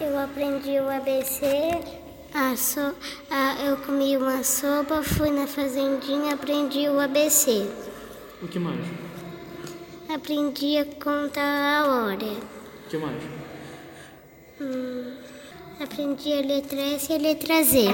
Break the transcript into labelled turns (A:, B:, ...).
A: Eu aprendi o ABC, a so, a- eu comi uma sopa, fui na fazendinha, aprendi o ABC.
B: O que mais?
A: Aprendi a contar a hora.
B: O que mais?
A: Aprendi a letra S e a letra Z.